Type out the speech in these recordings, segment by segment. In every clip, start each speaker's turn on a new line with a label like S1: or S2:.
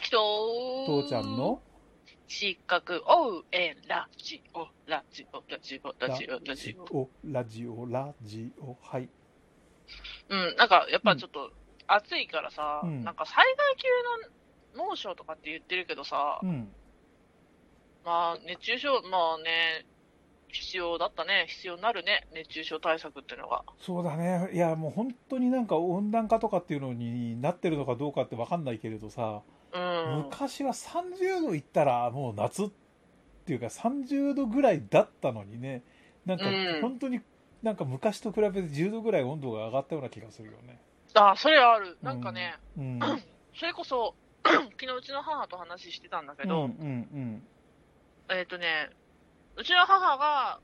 S1: 人
S2: 父ちゃんの
S1: 失格応援ラジオ、ラジオ、ラジオ、ラジオ、ラジオ。
S2: オ、ラジオ、ラジオ、はい。
S1: うん、なんかやっぱちょっと暑いからさ、
S2: うん
S1: なんか災害級の猛暑とかって言ってるけどさ、
S2: うん。
S1: まあ熱中症、まあね、必要だったね、必要になるね、熱中症対策っていうのが。
S2: そうだね。いや、もう本当になんか温暖化とかっていうのになってるのかどうかってわかんないけれどさ、
S1: うん。
S2: 昔は30度いったらもう夏っていうか30度ぐらいだったのにね、なんか
S1: うん
S2: 本当になんか昔と比べて10度ぐらい温度が上がったような気がするよね。
S1: あ、それある。なんかね、
S2: うん。
S1: それこそ、 昨日うちの母と話してたんだけ
S2: うん、う
S1: ど、
S2: ん、
S1: えっ、とね、うちの母が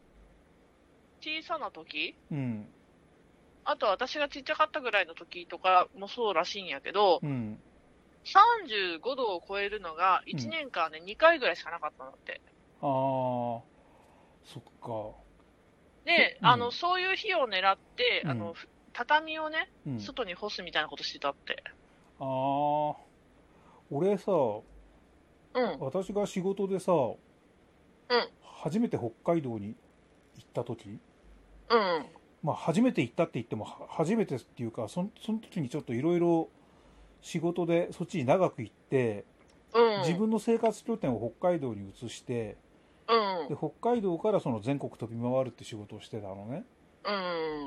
S1: 小さな時
S2: うん。うん、
S1: あと私がちっちゃかったぐらいの時とかもそうらしいんやけど、
S2: うん。
S1: 35度を超えるのが1年間で2回ぐらいしかなかったんだって。
S2: あー、そっか。
S1: で、
S2: うん
S1: あの、そういう日を狙って、
S2: うん
S1: あの、ふ畳をね、
S2: うん。
S1: 外に干すみたいなことしてたって。
S2: ああ、俺さ、
S1: うん。
S2: 私が仕事でさ、初めて北海道に行った時、
S1: うん。
S2: まあ初めて行ったって言っても、は初めてっていうか、そんその時にちょっといろいろ仕事でそっちに長く行って、
S1: うん。
S2: 自分の生活拠点を北海道に移して、
S1: うん。
S2: で、北海道からその全国飛び回るって仕事をしてたのね。
S1: うん。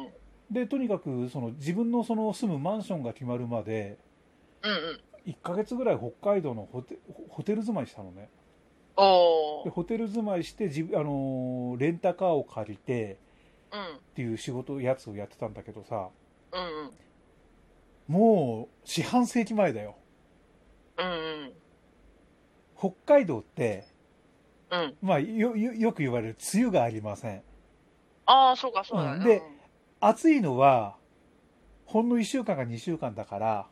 S1: うん。
S2: で、とにかくその自分のその住むマンションが決まるまで、
S1: うん。
S2: 1ヶ月ぐらい北海道のホテホホテル住まいしたのね。
S1: お
S2: で
S1: ー。
S2: ホテル住まいして自分、あのーレンタカーを借りて
S1: うん。
S2: っていう仕事やつをやってたんだけどさ
S1: うん。うん
S2: もう四半世紀前だよ
S1: うん。
S2: 北海道って、
S1: うん。
S2: まあ、よよよく言われる梅雨がありません
S1: ああ、そうか、そうだ
S2: うん
S1: ね。
S2: で暑いのはほんの1週間か2週間だから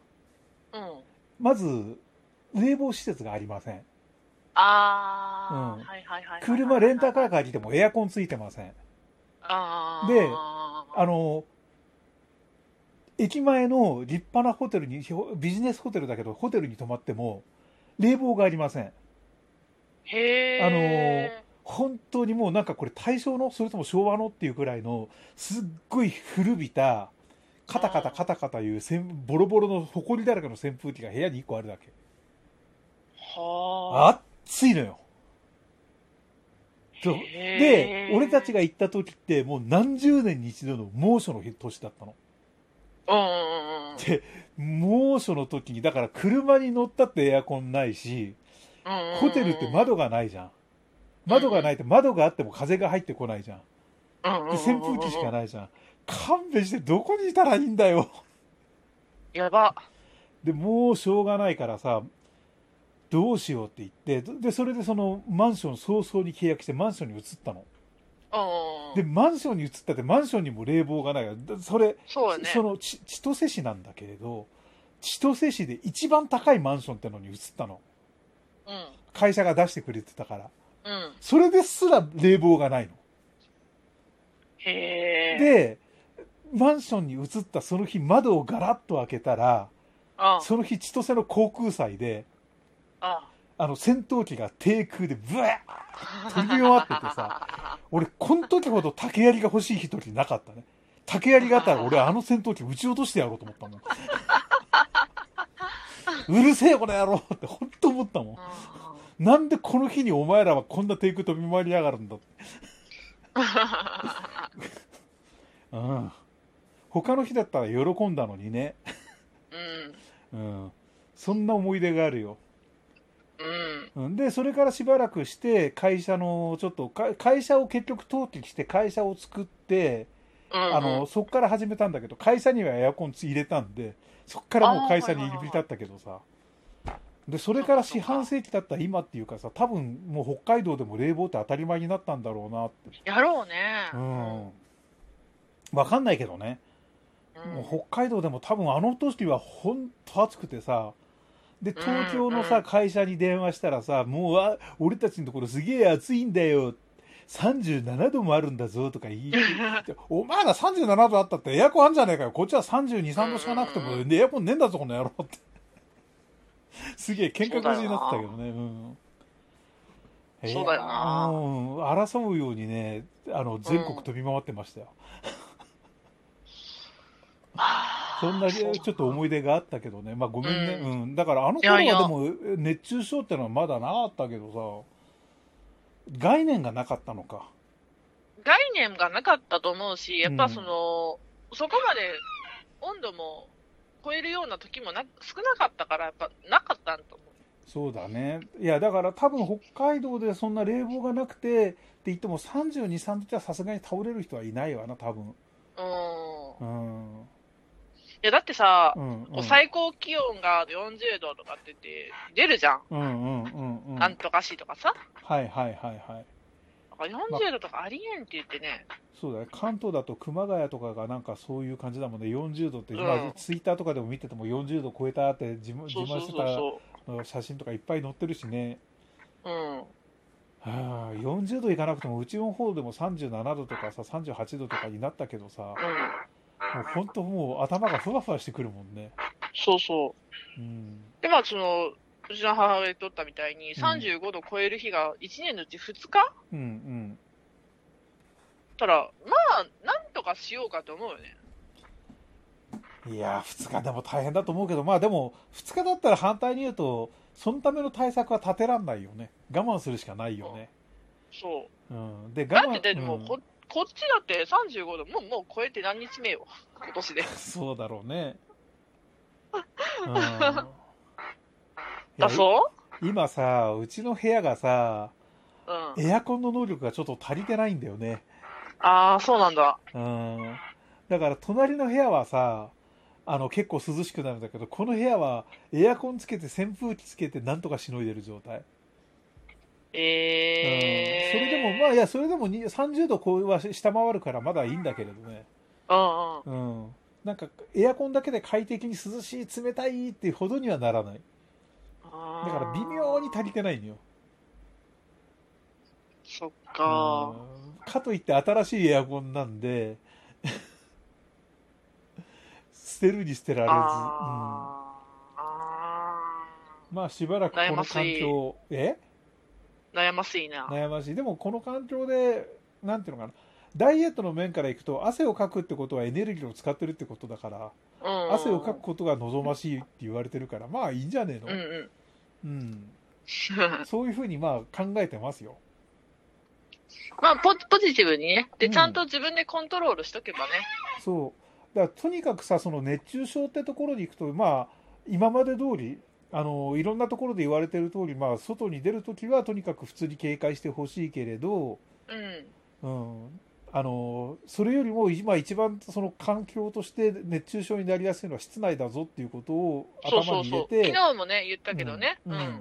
S1: うん。うん
S2: まず冷房施設がありません
S1: ああ、
S2: うん
S1: はいはいはいはいはい。
S2: 車レンタカー借りてもエアコンついてません
S1: ああ。
S2: であ
S1: あ
S2: の駅前の立派なホテルにひょビジネスホテルだけどホテルに泊まっても冷房がありません
S1: へえ。
S2: あのー本当にもうなんかこれ大正のそれとも昭和のっていうくらいのすっごい古びたカタカタカタカタいうせんボロボロの埃だらけの扇風機が部屋に1個あるだけ
S1: はあ。
S2: 暑いのよそう
S1: へ
S2: で
S1: ー
S2: 俺たちが行った時ってもう何十年に一度の猛暑の年だったの
S1: うんうんうん。
S2: 猛暑の時にだから車に乗ったってエアコンないしホ
S1: ホ
S2: テルって窓がないじゃん窓がないって窓があっても風が入ってこないじゃん
S1: で
S2: で扇風機しか
S1: い。
S2: ないじゃん勘弁してどこにいたらいいんだよ
S1: やば。
S2: でもうしょうがないからさどうしようって言ってでそれでそのマンション早々に契約してマンションに移ったの
S1: うん。
S2: でマンションに移ったってマンションにも冷房がないからだそれ
S1: そうやね。
S2: そのち千歳市なんだけれど千歳市で一番高いマンションってのに移ったの
S1: うん。
S2: 会社が出してくれてたから
S1: うん。
S2: それですら冷房がないの
S1: へえ。、
S2: でマンションに移ったその日窓をガラッと開けたら
S1: あ
S2: その日千歳の航空祭で
S1: あ。
S2: あの戦闘機が低空でブワー飛び終わっててさ。俺この時ほど竹槍が欲しい一人なかったね竹槍があったら俺あの戦闘機撃ち落としてやろうと思ったもん うるせえこの野郎って本当思ったもんなんでこの日にお前らはこんな低空飛び回りやがるんだって、うん、他の日だったら喜んだのにね、
S1: うん。
S2: うん、そんな思い出があるよ
S1: うん。
S2: うんでそれからしばらくして会社のちょっとか会社を結局登記して会社を作ってあの、そこから始めたんだけど会社にはエアコン入れたんでそこからもう会社に入り浸ったけどさでそれから四半世紀だった今っていうかさ多分もう北海道でも冷房って当たり前になったんだろうなって
S1: やろうね。
S2: うん分かんないけどねもう北海道でも多分あの時は本当暑くてさで東京の
S1: うんう
S2: さ
S1: ん
S2: 会社に電話したらさもうあ俺たちのところすげえ暑いんだよ37度もあるんだぞとか言い お前ら37度あったってエアコンあんじゃねえかよこっちは3 2 3度しかなくて
S1: うんう
S2: も
S1: んう
S2: でエアコンねえんだぞこの野郎ってすげえ喧嘩腰になってたけどね。うん。えー
S1: そうだよな
S2: うん。争うようにね、あの、全国飛び回ってましたよ。
S1: あ
S2: そんな、
S1: ー
S2: ちょっと思い出があったけどね。まあ、ごめんね。
S1: う
S2: うん。だから、あの
S1: い
S2: 頃
S1: や
S2: はいで
S1: や
S2: も、熱中症ってのはまだなかったけどさ、概念がなかったのか。
S1: 概念がなかったと思うし、やっぱその、そこまで温度も超えるような時もな少なかったから、やっぱなかったんと思う。
S2: そうだね。いや、だから多分北海道でそんな冷房がなくて、って言っても32、3度じゃさすがに倒れる人はいないわな、多分。
S1: うん。
S2: うん。
S1: いや、だってさ、
S2: うん。うん
S1: こう最高気温が40度とかって言って、出るじゃん。
S2: うんうんうんうん。は
S1: ないんとかしとかさ。
S2: はいはいはい。
S1: だから40度とかありえんって言ってね。
S2: そうだね。関東だと熊谷とかがなんかそういう感じだもんね。40度って、
S1: うん
S2: まあツイッターとかでも見てても40度超えたって自慢自
S1: そうそ
S2: 慢
S1: う
S2: して
S1: そ
S2: たの写真とかいっぱい載ってるしね。
S1: うそう。うん。
S2: はあ、40度いかなくてもうちの方でも37度とかさ、38度とかになったけどさ、
S1: う
S2: も
S1: ん。
S2: う本当もう頭がふわふわしてくるもんね。
S1: そうそう。
S2: うん。
S1: で、まあ、その、うちの母親にとったみたいに、35度超える日が1年のうち2日
S2: うんうん。
S1: たら、まあ、なんとかしようかと思うよね。
S2: いやー、2日でも大変だと思うけど、まあでも、2日だったら反対に言うと、そのための対策は立てらんないよね。我慢するしかないよね。
S1: そう。
S2: うん。で、
S1: だ
S2: 我慢。
S1: って、でも
S2: うん
S1: こ、こっちだって35度、もう、もう超えて何日目よ。今年で。
S2: そうだろ うね。うん。
S1: だ
S2: いや
S1: そ
S2: 今さ、うちの部屋がさ、
S1: ううん。
S2: エアコンの能力がちょっと足りてないんだよね。
S1: ああ、そうなんだ。
S2: うん。だから、隣の部屋はさ、あの、結構涼しくなるんだけど、この部屋はエアコンつけて扇風機つけてなんとかしのいでる状態。うん
S1: ええー。
S2: それでも、まあ、いや、それでもに30度こうは下回るからまだいいんだけれどね。
S1: うんうん。
S2: うん。なんか、エアコンだけで快適に涼しい、冷たいっていうほどにはならない。だ
S1: だ
S2: から、微妙に足りてないのよ。
S1: そっかー。
S2: うんかといって、新しいエアコンなんで、 捨てるに捨てられず。うん
S1: あーあ
S2: まあ、しばらくこの環
S1: 悩
S2: 境、え
S1: ー悩ましいな。
S2: 悩ましい。でも、この環境で、なんていうのかな。ダイエットの面からいくと、汗をかくってことはエネルギーを使ってるってことだから、
S1: うん
S2: 汗をかくことが望ましいって言われてるから、まあいいんじゃねえ
S1: うん
S2: の、
S1: うん。
S2: うん、そういうふうにまあ考えてますよ。
S1: まあポ、ポジティブにね。で、
S2: うん
S1: ちゃんと自分でコントロールしとけばね。
S2: そう。だからとにかくさ、その熱中症ってところに行くと、まあ、今まで通り、あの、いろんなところで言われてる通り、まあ、外に出るときはとにかく普通に警戒してほしいけれど、
S1: うん。
S2: うん。あの、それよりも今一番その環境として熱中症になりやすいのは室内だぞっていうことを
S1: そう
S2: 頭
S1: そうそ
S2: に入
S1: う。
S2: れ
S1: 昨
S2: て、
S1: 日もね、言ったけどね。うん。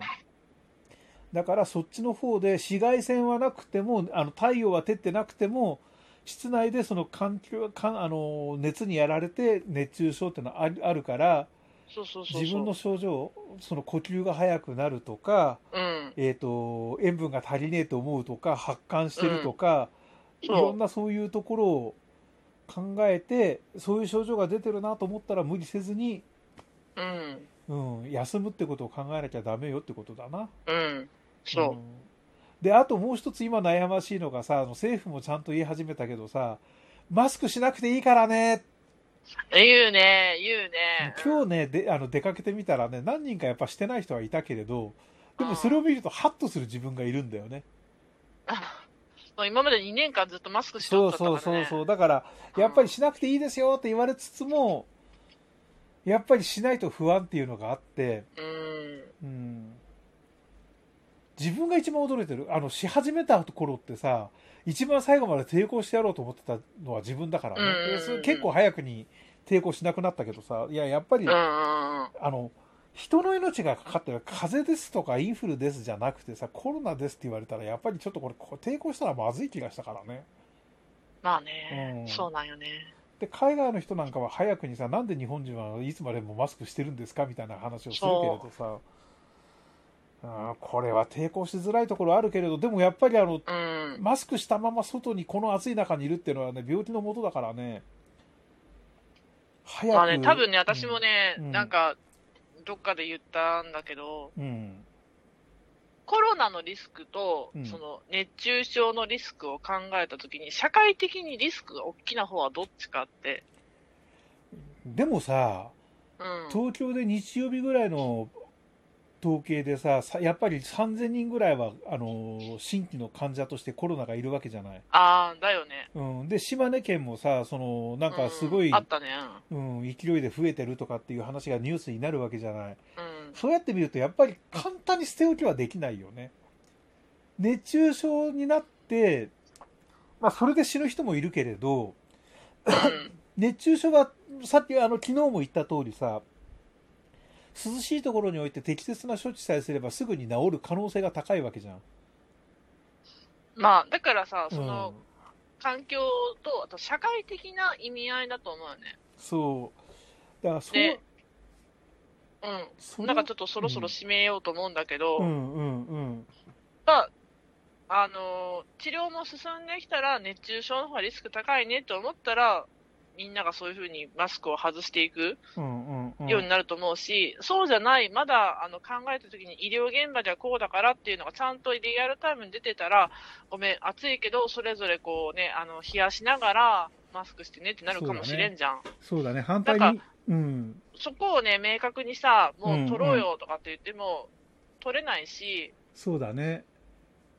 S2: だからそっちの方で紫外線はなくてもあの太陽は照ってなくても室内でその環境かあの熱にやられて熱中症っていうのはありあるから
S1: そうそうそうそう。
S2: 自分の症状その呼吸が速くなるとか、
S1: うん。
S2: えー、と塩分が足りねえと思うとか発汗してるとか、い
S1: そう
S2: ろんなそういうところを考えてそういう症状が出てるなと思ったら無理せずに、
S1: うん。
S2: うん、休むってことを考えなきゃダメよってことだな。
S1: うん。そう。
S2: んで、あともう一つ今悩ましいのがさ、あの政府もちゃんと言い始めたけどさ、マスクしなくていいからね、
S1: 言うね、言うね。
S2: 今日ね、であの出かけてみたらね、何人かやっぱしてない人はいたけれど、でもそれを見るとハッとする自分がいるんだよね。
S1: もう今まで2年間ずっとマスクしてお
S2: そ
S1: っ
S2: う
S1: たか
S2: そ
S1: ら
S2: う
S1: ね。
S2: そうそう。だから、やっぱりしなくていいですよって言われつつも、やっぱりしないと不安っていうのがあって、
S1: うん。
S2: うん自分が一番驚いてる。あの、し始めた頃ってさ、一番最後まで抵抗してやろうと思ってたのは自分だからね
S1: うんうんうん。
S2: でそれ結構早くに抵抗しなくなったけどさ、いや、やっぱり、
S1: うんうんうん。
S2: あの、人の命がかかってる、風邪ですとかインフルですじゃなくてさ、コロナですって言われたら、やっぱりちょっとこれ、こう抵抗したらまずい気がしたからね。
S1: まあね
S2: う、ん
S1: そうなんよね。
S2: で、海外の人なんかは早くにさ、なんで日本人はいつまでもマスクしてるんですかみたいな話をするけれどさ、うんこれは抵抗しづらいところあるけれど、でもやっぱりあの、
S1: うん。
S2: マスクしたまま外にこの暑い中にいるっていうのはね、病気のもとだからね、早く。
S1: まあね、多分ね、私もね、
S2: うん
S1: なんか、どっかで言ったんだけど、
S2: うん。
S1: コロナのリスクと、
S2: うん
S1: その熱中症のリスクを考えたときに、社会的にリスクが大きな方はどっちかって、
S2: でもさ、
S1: うん、
S2: 東京で日曜日ぐらいの統計でさ、さやっぱり3000人ぐらいは、あのー新規の患者としてコロナがいるわけじゃない。
S1: ああ、だよね。
S2: うん。で、島根県もさ、その、なんかすごい、
S1: うんあったね。
S2: うん、勢いで増えてるとかっていう話がニュースになるわけじゃな
S1: う
S2: い。
S1: ん。
S2: そうやって見ると、やっぱり簡単に捨て置きはできないよね。熱中症になって、まあ、それで死ぬ人もいるけれど、
S1: う
S2: 熱中症が、さっき、あの、昨日も言った通りさ、涼しいところにおいて適切な処置さえすればすぐに治る可能性が高いわけじゃん。
S1: ん、まあ、だからさ、そ
S2: うん
S1: の、環境と、あと社会的な意味合いだと思うよね。
S2: そう。だから、そう、
S1: で
S2: そ
S1: うん。
S2: れ
S1: なんかちょっとそろそろ締めようと思うんだけど、
S2: うんうんうん。
S1: まあ、あのー治療も進んできたら、熱中症の方がリスク高いねと思ったら、みんながそういうふうにマスクを外していく
S2: うんうんうん。
S1: ようになると思うし、そうじゃない、まだあの考えたときに医療現場ではこうだからっていうのがちゃんとリアルタイムに出てたら、ごめん、暑いけど、それぞれこうね、あの冷やしながらマスクしてねってなるかもしれんじゃん。
S2: そうだね、反対に。うん。
S1: そこをね、明確にさ、もう取ろうよとかって言っても、取れないし、
S2: そうだね。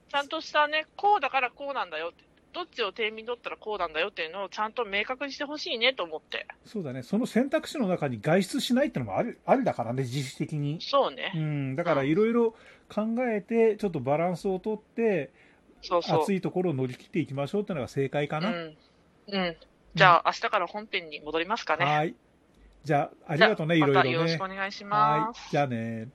S1: ちゃんとしたね、こうだからこうなんだよって、どっちを天秤に取ったらこうなんだよっていうのをちゃんと明確にしてほしいねと思って。
S2: そうだね。その選択肢の中に外出しないってのもあり、ありだからね、自主的に。
S1: そう
S2: う
S1: ね。
S2: ん。だから、いろいろ考えて、ちょっとバランスをとって、
S1: そうそう
S2: 暑。いところを乗り切っていきましょうってのが正解か
S1: う
S2: な。
S1: ん。うん。じゃあ、明日から本編に戻りますかね。
S2: はい。じゃあ、ありがとうね、い
S1: じゃ
S2: ろ
S1: あまた
S2: いろね。
S1: よろしくお願いし
S2: は
S1: ま
S2: い
S1: す。。
S2: じゃあね。